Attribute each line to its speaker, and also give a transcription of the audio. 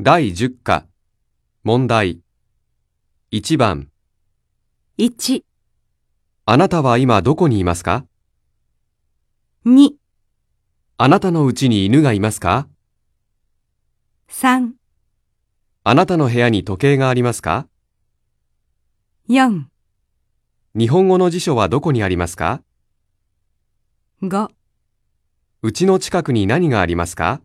Speaker 1: 第10課、問題。1番、
Speaker 2: 1、
Speaker 1: あなたは今どこにいますか
Speaker 2: 2、
Speaker 1: あなたの家に犬がいますか
Speaker 2: 3、
Speaker 1: あなたの部屋に時計がありますか
Speaker 2: 4、
Speaker 1: 日本語の辞書はどこにありますか
Speaker 2: 5
Speaker 1: うちの近くに何がありますか